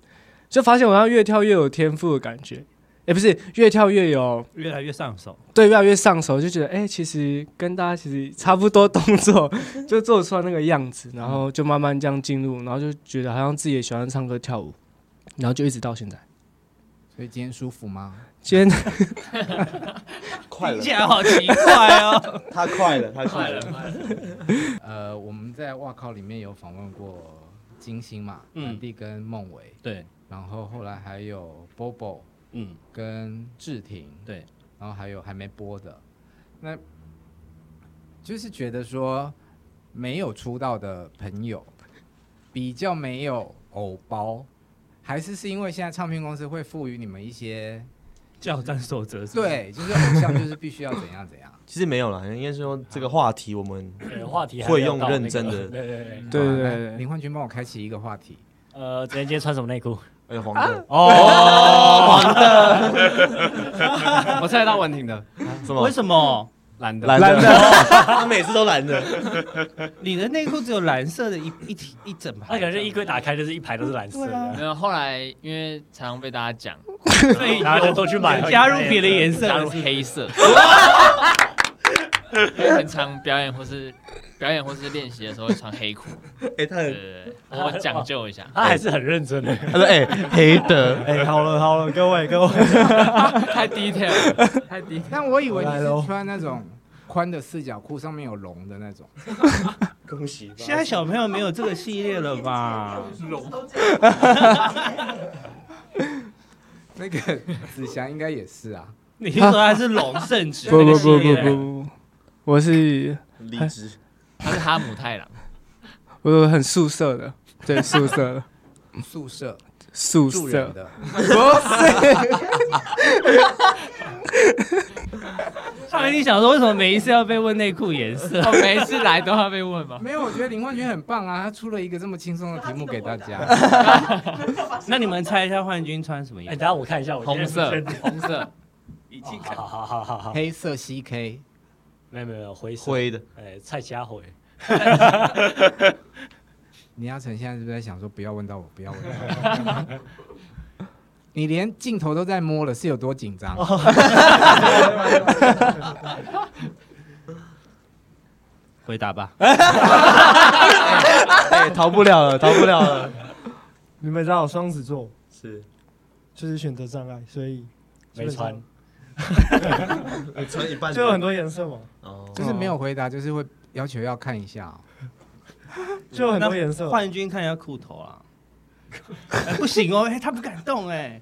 E: 就发现我要越跳越有天赋的感觉，哎、不是越跳越有
C: 越来越上手。
E: 对，越来越上手，就觉得哎、诶其实跟大家其实差不多动作，就做出来那个样子，然后就慢慢这样进入，然后就觉得好像自己也喜欢唱歌跳舞，然后就一直到现在。
B: 所以今天舒服吗？
E: 今天
D: 快了，
C: 哎
H: 来好奇怪哦。
D: 他快了，他快了。
B: 呃，我们在哇靠里面有访问过金星嘛，
C: 嗯
B: 南弟跟孟伟，
C: 对，
B: 然后后来还有 Bobo
C: 嗯，
B: 跟志廷，
C: 对，
B: 然后还有还没播的，那就是觉得说没有出道的朋友比较没有偶包，还是是因为现在唱片公司会赋予你们一些
C: 叫战守则是不是，
B: 对，就是偶像就是必须要怎样怎 样，
D: 其实没有啦，应该是说这个话题我们
I: 对话题还
D: 会
I: 没有
D: 用
I: 到
D: 认
I: 那个
D: 真
I: 对
D: 的
I: 对对，
E: 对
B: 好
E: 对
B: 那
E: 对对，
B: 林焕君帮我开启一个话题，
I: 呃，昨天今天穿什么内裤？
D: 哎黄哥哦
F: 我猜到文婷的，
D: 什么
C: 为什么
F: 懒得
D: 蓝的， 他每次都蓝的，
C: 你的内裤只有蓝色的一一体一整排？啊
I: 那可能是衣柜打开就是一排都是蓝色的，
H: 没有，后来因为常常被大家讲，
C: 所以
I: 啊然后就都去买，
C: 加入别的颜色
H: 加入黑 色，因为很常表演或是表演或是练习的时候会穿黑裤，
D: 哎他
H: 对
D: 很
H: 对对，我讲究一下。
I: 他还是很认真的。
D: 他说哎黑的，
G: 哎、好了好了，各位各位，
H: 太 detail 了，太 detail
B: 但我以为你
G: 我来咯
B: 是穿那种宽的四角裤，上面有龙的那种。
D: 恭喜吧
C: 现在小朋友没有这个系列了 吧？
B: 那个子祥应该也是啊，
C: 你是说它是龙圣旨？
E: 不不不不不不，我是
D: 离职，
H: 他是哈姆太 郎，
E: 我有很素色的，对素色的
B: 宿舍
E: 素
B: 住
E: 色
B: 人，的。
C: 上一定想说，为什么每一次要被问内裤颜色？
H: 我哦每一次来都要被问嘛。
B: 没有，我觉得林冠军很棒啊，他出了一个这么轻松的题目给大家。
C: 那你们猜一下幻君穿什么衣
I: 哎，
C: 服？
I: 等下我看一下，我
H: 红
I: 现在不
H: 色
I: 确定，
H: 红色，
I: 已经看，好好好好好，
B: 黑色 CK，
I: 没有没有没有灰色，
D: 灰的，
I: 哎，蔡佳慧，
B: 倪亚成现在是不是在想说不要问到我，不要问到我？你连镜头都在摸了，是有多紧张？
C: 回答吧。
D: 哎逃不了 了，逃不了了，
G: 你们知道我双子座
D: 是
G: 就是选择障碍，所以
I: 没穿，
D: 穿一半
G: 就有很多颜色嘛，
D: 哦，
B: 就是没有回答，就是会要求要看一下哦、
G: 就有很多颜色。
C: 幻君看一下裤头啊。哎不行哦， 哎，他不敢动哎。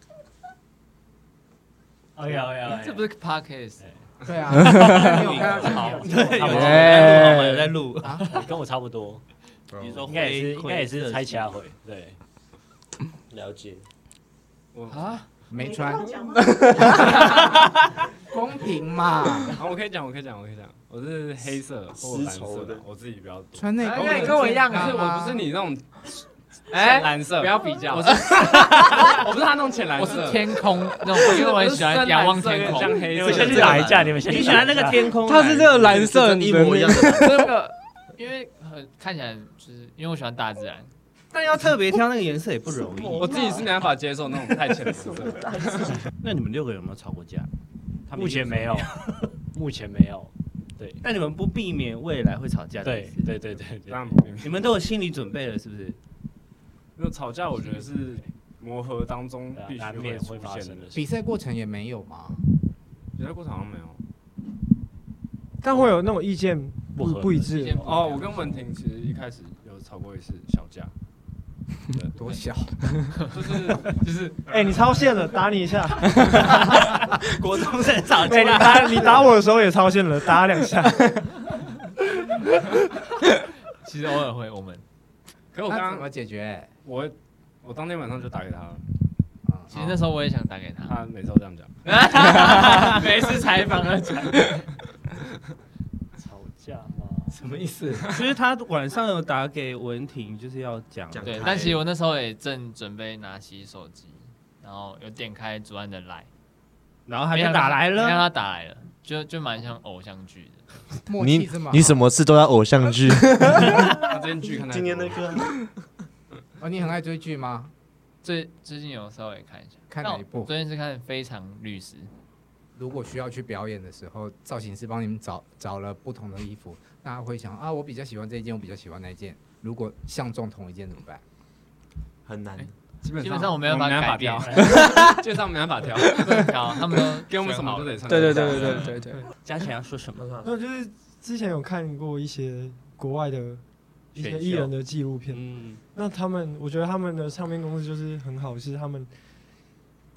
I: 哎呀哎呀，
H: 这不是 podcast，
B: 对啊， 你有看到
I: 好，
C: 对，
I: 差不多哎啊
C: 我们在录，
I: 跟我差不多，
C: 你说
I: 应该也是
C: 灰
I: 应该也是蔡
C: 灰色
I: 佳慧，对，
D: 了解，
H: 啊？
B: 没
A: 哎
B: 穿，公平嘛？
F: 好，啊我可以讲，我可以讲，我可以讲，我是黑色或蓝
D: 丝
F: 色
D: 绸的
F: 的，我自己比较多。
B: 穿内
H: 哎
B: 裤
H: 那你跟我一样
F: 可
H: 啊
F: 是我不是你那种
H: 哎，
F: 蓝色，
H: 不要比较，
F: 我
H: 我
F: 是
H: 是
F: 我不是他那种浅蓝
H: 我
F: 色，
H: 是天空那种，因为我很喜欢仰望天
F: 像
H: 空。
F: 黑
I: 你
F: 色
I: 们先去
D: 这个
I: 打一架，你们先去
C: 你喜
I: 打
C: 欢
I: 一
C: 那个
I: 架
C: 天空啊蓝？
E: 它 是这个蓝色的
D: 一模一样
E: 那个，
D: 的，
H: 这个，因为很看起来就是因为我喜欢大自然，
C: 但要特别挑那个颜色也不容易。
F: 我自己是没办法接受那种太浅的色。
C: 那你们六个有没有吵过架？他们
I: 目前
C: 一定
I: 没有， 目前没有，对
C: 但你们不避免未来会吵架的意
I: 对对
C: 思？
I: 对对
F: 这
I: 对，
F: 样不明
C: 你们都有心理准备了，是不是？
F: 就吵架，我觉得是磨合当中必须
I: 啊难免
F: 出
I: 会发
F: 现
I: 生
F: 的
I: 的。事。
B: 比赛过程也没有嘛？
F: 比赛过程好像没有。
G: 但会有那种意见不
I: 不合
G: 不一致的吗，
F: 哦，我跟文婷其实一开始有吵过一次小架，
B: 多小？
F: 就是就是
G: 哎、你超线了，打你一下。
C: 国中生 吵
G: 哎、你
C: 架，
G: 打 你打我的时候也超线了，打两下。
H: 其实偶尔会我们
F: 可我
B: 那
F: 刚
B: 怎么
F: 刚
B: 解决？
F: 我我当天晚上就打给他了，
B: 啊
H: 其实那时候我也想打给 他，
F: 他每次都这样讲。
H: 每次采访都讲，
I: 吵架吗？
B: 什么意思？
C: 其实他晚上有打给文婷，就是要讲
D: 讲
H: 对，但其实我那时候也正准备拿起手机，然后有点开主案的来，
C: 然后他就打来
H: 没让
C: 了，
H: 他打来了，就就蛮像偶像剧的。
B: 默契
D: 你
B: 这么
D: 你
B: 好
D: 什么事都要偶像剧，
B: 他这剧看太多了
D: 个
B: 哦，你很爱追剧吗？
H: 最最近有稍微看一下，
B: 看
H: 但
B: 哪一
H: 我
B: 部
H: 我最近是看《非常律师》，
B: 如果需要去表演的时候，造型师帮你们找找了不同的衣服，大家会想啊，我比较喜欢这一件，我比较喜欢那一件。如果相中同一件怎么办？
D: 很难
H: 哎。
F: 基本
H: 基本上我没有
F: 办
H: 办法
F: 法
H: 改变
F: 调，基本上没办法调，
H: 然后他们都
F: 给我们
H: 选
F: 什么
H: 好
F: 都
H: 了
F: 得穿。
E: 对对对对对对对，
C: 嘉诚要说什么？
G: 那就是之前有看过一些国外的一些
C: 选
G: 艺
C: 秀
G: 人的纪录片，
C: 嗯，
G: 那他们，我觉得他们的唱片公司就是很好，是他们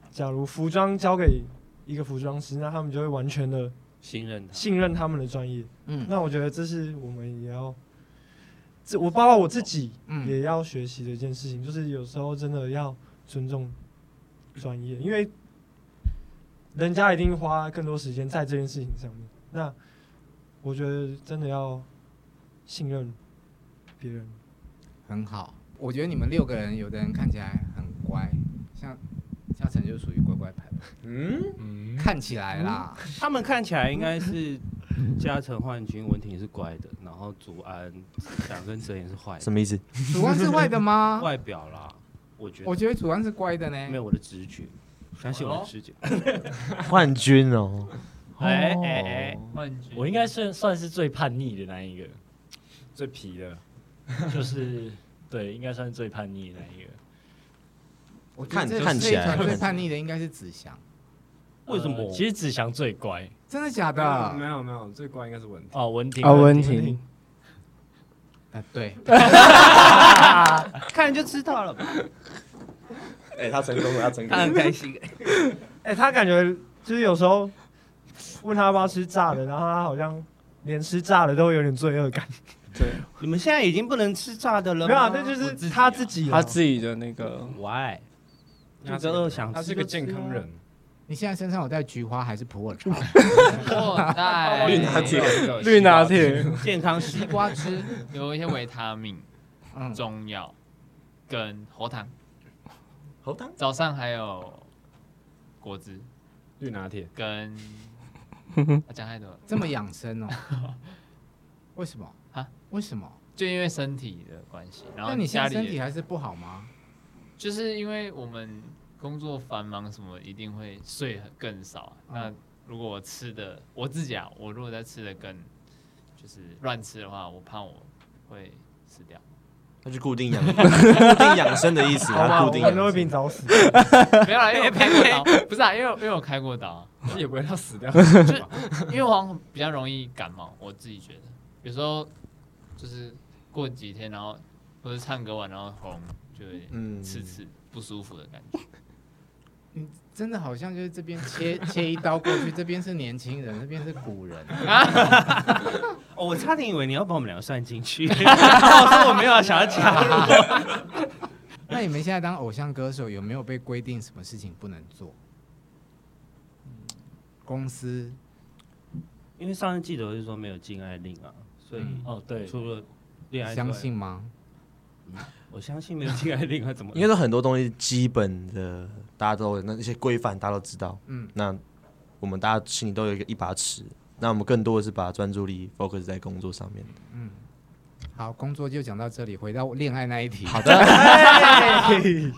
G: 假如服装交给一个服装师，那他们就会完全的
C: 信任他。
G: 信任他们的专业。
B: 嗯
G: 那我觉得这是我们也要，这我包括我自己
B: 嗯，
G: 也要学习的一件事情，就是有时候真的要尊重专业，因为人家一定花更多时间在这件事情上面。那我觉得真的要信任别人。
B: 很好。我觉得你们六个人，有的人看起来很乖，像嘉诚就属于乖乖牌，
F: 嗯嗯，
B: 看起来啦，
C: 他们看起来应该是嘉诚、幻君、文婷是乖的，然后祖安、想跟哲言是坏
D: 什
C: 的，
D: 么意思？
B: 主观是坏的吗？
C: 外表啦，我觉
B: 我
C: 得
B: 觉得主观是乖的呢
C: 没。有我的直觉，相信我的直觉。哎
D: 幻君哦，
I: 哎哎哎，
H: 冠军，
I: 我应该算算是最叛逆的那一个，
F: 最皮的，
I: 就是对，应该算是最叛逆的那一个。
B: 我觉得
D: 看
B: 这
D: 看
B: 这
D: 起
B: 一
D: 来
B: 团最
D: 看起
B: 叛逆的应该是子祥，
G: 哦
C: 为什么
I: 呃其实子祥最乖
B: 真的假
F: 没
B: 的？
F: 有没有，最乖应该是文婷。
I: 哦，文婷
E: 啊，文
I: 婷
E: 婷，
B: 啊，对，
C: 看就知道了吧，
D: 哎，他成功了，他成
C: 他很开心。
G: 哎、他感觉就是有时候问他要不要吃炸的，然后他好像连吃炸的都有点罪恶感。
C: 你们现在已经不能吃炸的了
G: 没有、啊
C: 吗，
G: 那就
H: 我自
G: 是
H: 己啊
G: 他自己啊、
E: 他自己的那个
C: Why？肚
F: 他是
C: 子
F: 个
C: 饿想吃
F: 他是个健康人，
B: 你现在身上有带菊花还是普洱茶？
H: 我带
F: 绿拿铁，
E: 绿拿铁，
C: 健康西
H: 西
C: 瓜
H: 瓜汁， 有一些维他命、
B: 嗯，
H: 中药跟喉糖，
D: 好当
H: 早上还有果汁
F: 绿拿铁，
H: 跟。啊讲太多了，
B: 这么养生哦？ 为什么
H: 啊？
B: 为什么？
H: 就因为身体的关系，然后
B: 那你现
H: 家
B: 在
H: 里
B: 身
H: 也
B: 体还是不好吗？
H: 就是因为我们工作繁忙什么，一定会睡很更少啊、
B: 嗯
H: 那如果我吃的我自己啊，我如果再吃的更就是乱吃的话，我怕我会死 掉。
D: 他就固定 养，固定养生的意思，
G: 好吧，
D: 啊他
G: 我
D: 固定养
G: 们都会
D: 生
G: 比你。早死。
H: 没有 啦，因为我开过刀，不是啊，因为我因为我开过刀啊，
F: 也不会到死掉。
H: 因为我好像比较容易感冒，我自己觉得有时候就是过几天，然后或者唱歌完，然后喉咙就有点
D: 嗯，
H: 刺刺不舒服的感觉。
B: 你 真的好像就是这边切切一刀过去，这边是年轻人，那边是古人。
C: 哦，我差点以为你要把我们两个算进 去， 我说我没有啊想要讲。
B: 那你们现在当偶像歌手有没有被规定什么事情不能做？
F: 嗯
B: 公司
C: 因为上次记者是说没有禁爱令啊，所以
I: 哦，对，
C: 除了恋爱之外，
B: 相信吗？
C: 我相信没有禁爱令啊，怎么
D: 应该说很多东西基本的大家都有那那些规范，大家都知道。
B: 嗯
D: 嗯，那我们大家心里都有一个一把尺，那我们更多的是把专注力 focus 在工作上面。
B: 好，工作就讲到这里，回到恋爱那一题。好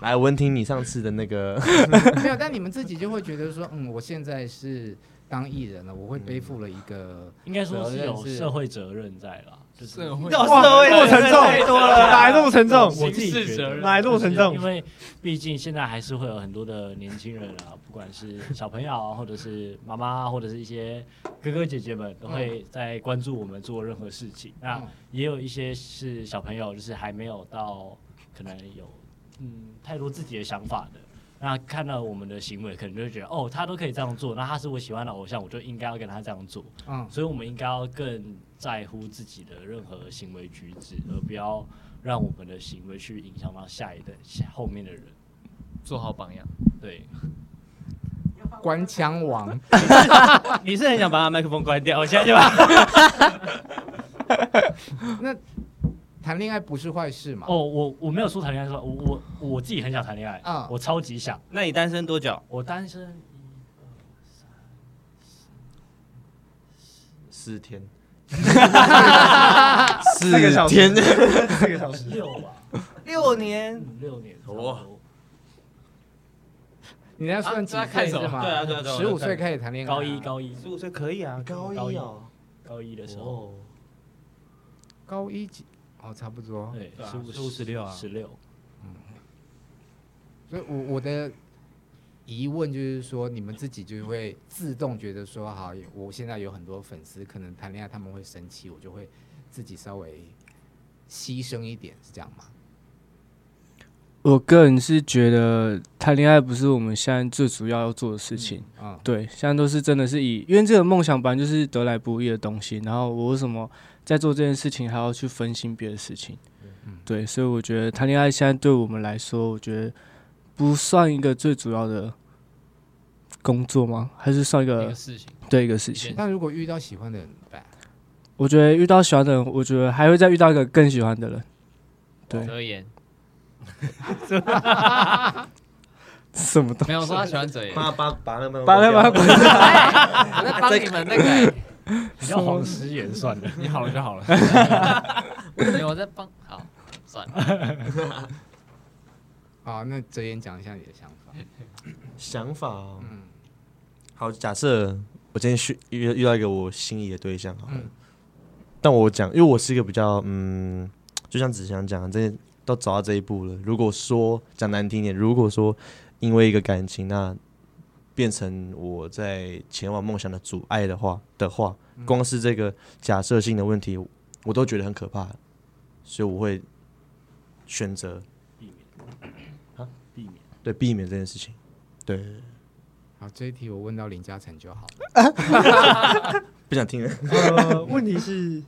D: 来，文婷，你上次的那个，
B: 没有，但你们自己就会觉得说，嗯，我现在是当艺人了，我会背负了一个
I: 嗯应该说是
B: 责
I: 有
B: 任是
I: 社会责任在
B: 嗯
I: 啦，就是
H: 社会
G: 哇，这么沉重，哪来这么沉
C: 哦
G: 重？
I: 我自己
H: 刑事
I: 觉
H: 责
I: 得
H: 任
G: 哪来这么沉重
I: 因为毕竟现在还是会有很多的年轻人啊， 不管是小朋友啊，或者是妈妈啊，或者是一些哥哥姐姐们，都会在关注我们做任何事情。那
B: 嗯
I: 也有一些是小朋友，就是还没有到可能有嗯太多自己的想法的。那看到我们的行为，可能就会觉得哦，他都可以这样做，那他是我喜欢的偶像，我就应该要跟他这样做。
B: 嗯
I: 所以我们应该要更在乎自己的任何行为举止，而不要让我们的行为去影响到下一代、下后面的人。
H: 做好榜样，
I: 对，
B: 官腔王。
C: 你是很想把他麦克风关掉？我现在 就把。
B: 谈恋爱不是坏事嘛？
I: 哦，我我没有说谈恋爱是吧？我我我自己很想谈恋爱，
B: 嗯
I: 我超级想，
C: 那你单身多久？
I: 我单身
D: 四天，
G: 四个小时
D: 四天，
G: 四个小时，
I: 六吧，
C: 六年，
I: 嗯六年差不
D: 哇
C: 哦
I: 多。
B: 你在算几
H: 这要
B: 岁
H: 看什
B: 是
H: 么
B: 吗？
D: 对啊对啊对啊
B: 十五
D: 我在
B: 岁
D: 看
B: 开始谈恋爱啊，
I: 高一高一
D: 十五岁可以啊，高
I: 高
D: 一
I: 一
D: 哦，
I: 高一的时候，
D: 哦，
B: 高一几哦，差不多。
I: 对，
F: 对啊
I: 十五
C: 15 16啊
I: 十六，
B: 所以我我的疑问就是说，你们自己就会自动觉得说，好，我现在有很多粉丝，可能谈恋爱他们会生气，我就会自己稍微牺牲一点，是这样吗？
E: 我个人是觉得谈恋爱不是我们现在最主要要做的事情。
B: 嗯，
E: 对，现在都是真的是以，因为这个梦想本来就是得来不易的东西，然后我为什么在做这件事情还要去分心别的事情？对，所以我觉得谈恋爱现在对我们来说，我觉得不算一个最主要的工作吗？还是算一
H: 一
E: 个
H: 个事情，
E: 对一啊个事情？
B: 但如果遇到喜欢的人怎么办？
E: 我觉得遇到喜欢的人，我觉得还会再遇到一个更喜欢的人。对，
H: 遮掩
E: 什么东
H: 没有我说他喜欢遮掩，
D: 把把把那个
E: 把那把
D: 把
H: 我在帮你们那个欸，
I: 比较黄石岩算了。
F: 你好了就好了。
H: 没有我在帮，好，算了，
B: 好，那哲言讲一下你的想法。
D: 想法哦，
B: 嗯
D: 好，假设我今天去遇遇到一个我心仪的对象，好了，
B: 嗯
D: 但我讲，因为我是一个比较嗯，就像子祥讲，这都走到这一步了。如果说讲难听一点，如果说因为一个感情，那变成我在前往梦想的阻碍的话的话，光是这个假设性的问题，我都觉得很可怕，所以我会选择啊
I: 避免
D: 对避免这件事情。对，
B: 好，这一题我问到林嘉诚就好了，
D: 不想听了。
G: 呃，问题是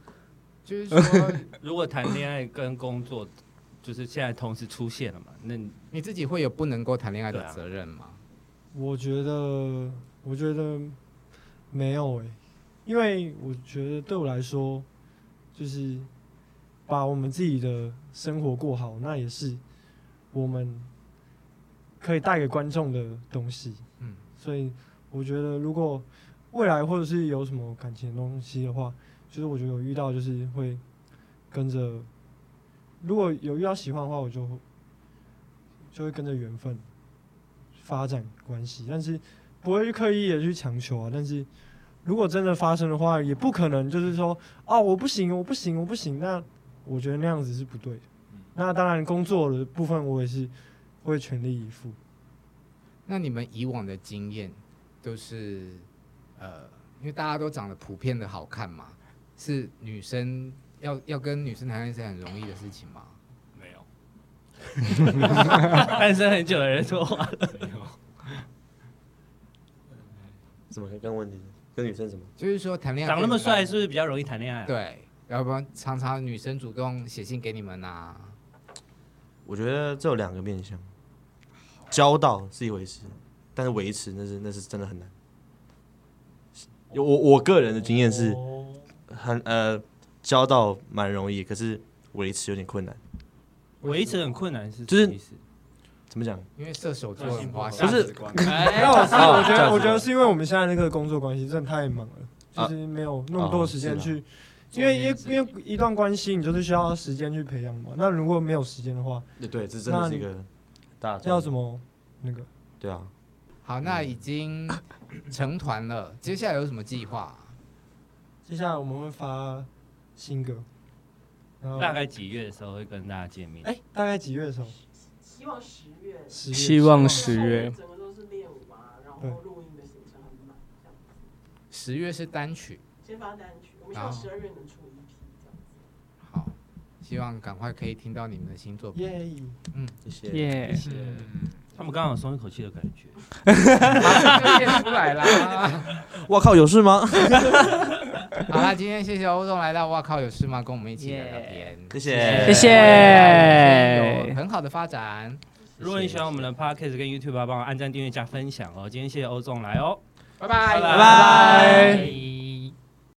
B: 就是说
C: 如果谈恋爱跟工作就是现在同时出现了嘛，那你
B: 你自己会有不能够谈恋爱
C: 对
B: 的
C: 啊
B: 责任吗？
G: 我觉得，我觉得没有诶、因为我觉得对我来说，就是把我们自己的生活过好，那也是我们可以带给观众的东西。
B: 嗯，
G: 所以我觉得，如果未来或者是有什么感情的东西的话，就是我觉得有遇到，就是会跟着，如果有遇到喜欢的话，我就就会跟着缘分发展关系，但是不会去刻意的去强求啊。但是如果真的发生的话，也不可能就是说哦，我不行，我不行，我不行。那我觉得那样子是不对的。那当然，工作的部分我也是会全力以赴。
B: 那你们以往的经验都是，呃，因为大家都长得普遍的好看嘛，是女生要要跟女生谈恋爱是很容易的事情吗？
I: 没有，
C: 单身很久的人说话，
D: 怎么跟问题？跟女生怎么？
B: 就是说谈恋爱
C: 长那么帅是
B: 是？
C: 不是比较容易谈恋爱、啊？，
B: 对，要不然常常女生主动写信给你们啊呐、
D: 我觉得这有两个面向，交到是一回事，但是维持那是那是真的很难。有我我个人的经验是
C: 哦
D: 很呃交到蛮容易，可是维持有点困难。
C: 维持很困难是
D: 就是
C: 什么意思？
D: 怎么讲？
B: 因为射手座很花
D: 不
B: 心，
D: 是
H: 哎，
G: 那我是
D: 哦
G: 我觉
D: 这样
G: 得，
D: 子
G: 我觉得是因为我们现在那个工作关系真的太忙了，
D: 啊
G: 就是没有那么多时间去，
H: 是啊
G: 因为因为因为一段关系你就是需要时间去培养嘛。那如果没有时间的话，
D: 对对，这真的是一个大
G: 要怎么那个？
D: 对啊，
B: 好，那已 经成团了，接下来有什么计划？
G: 接下来我们会发新歌，然后
C: 大概几月的时候会跟大家见面？
G: 哎、大概几月的时候？
L: 希望十月，
G: 十月
E: 希望十月
L: 整个都是练舞啊，然后
G: 对
L: 录音的行程很满，这样子。
B: 十月是单曲，
L: 先发单曲，我们希望
B: 好
L: 十二月能出一批这样子。
B: 好，希望赶快可以听到你们的新 作品。
G: 耶！
D: 谢谢。
E: 耶！
C: 他们刚刚有松一口气的感觉。
B: 就念出来 啦。
D: 我靠，有事吗？
B: 好啦，今天谢谢欧总来到，哇靠，有事吗？跟我们一起聊聊天，
D: 谢谢
E: 谢谢
B: 有很好的发展。
C: 如果你喜欢我们的 podcast 跟 YouTube，啊帮我按赞、订阅、加分享哦。今天谢谢欧总来哦。
B: 拜拜，拜
C: 拜
E: 拜。
H: 哎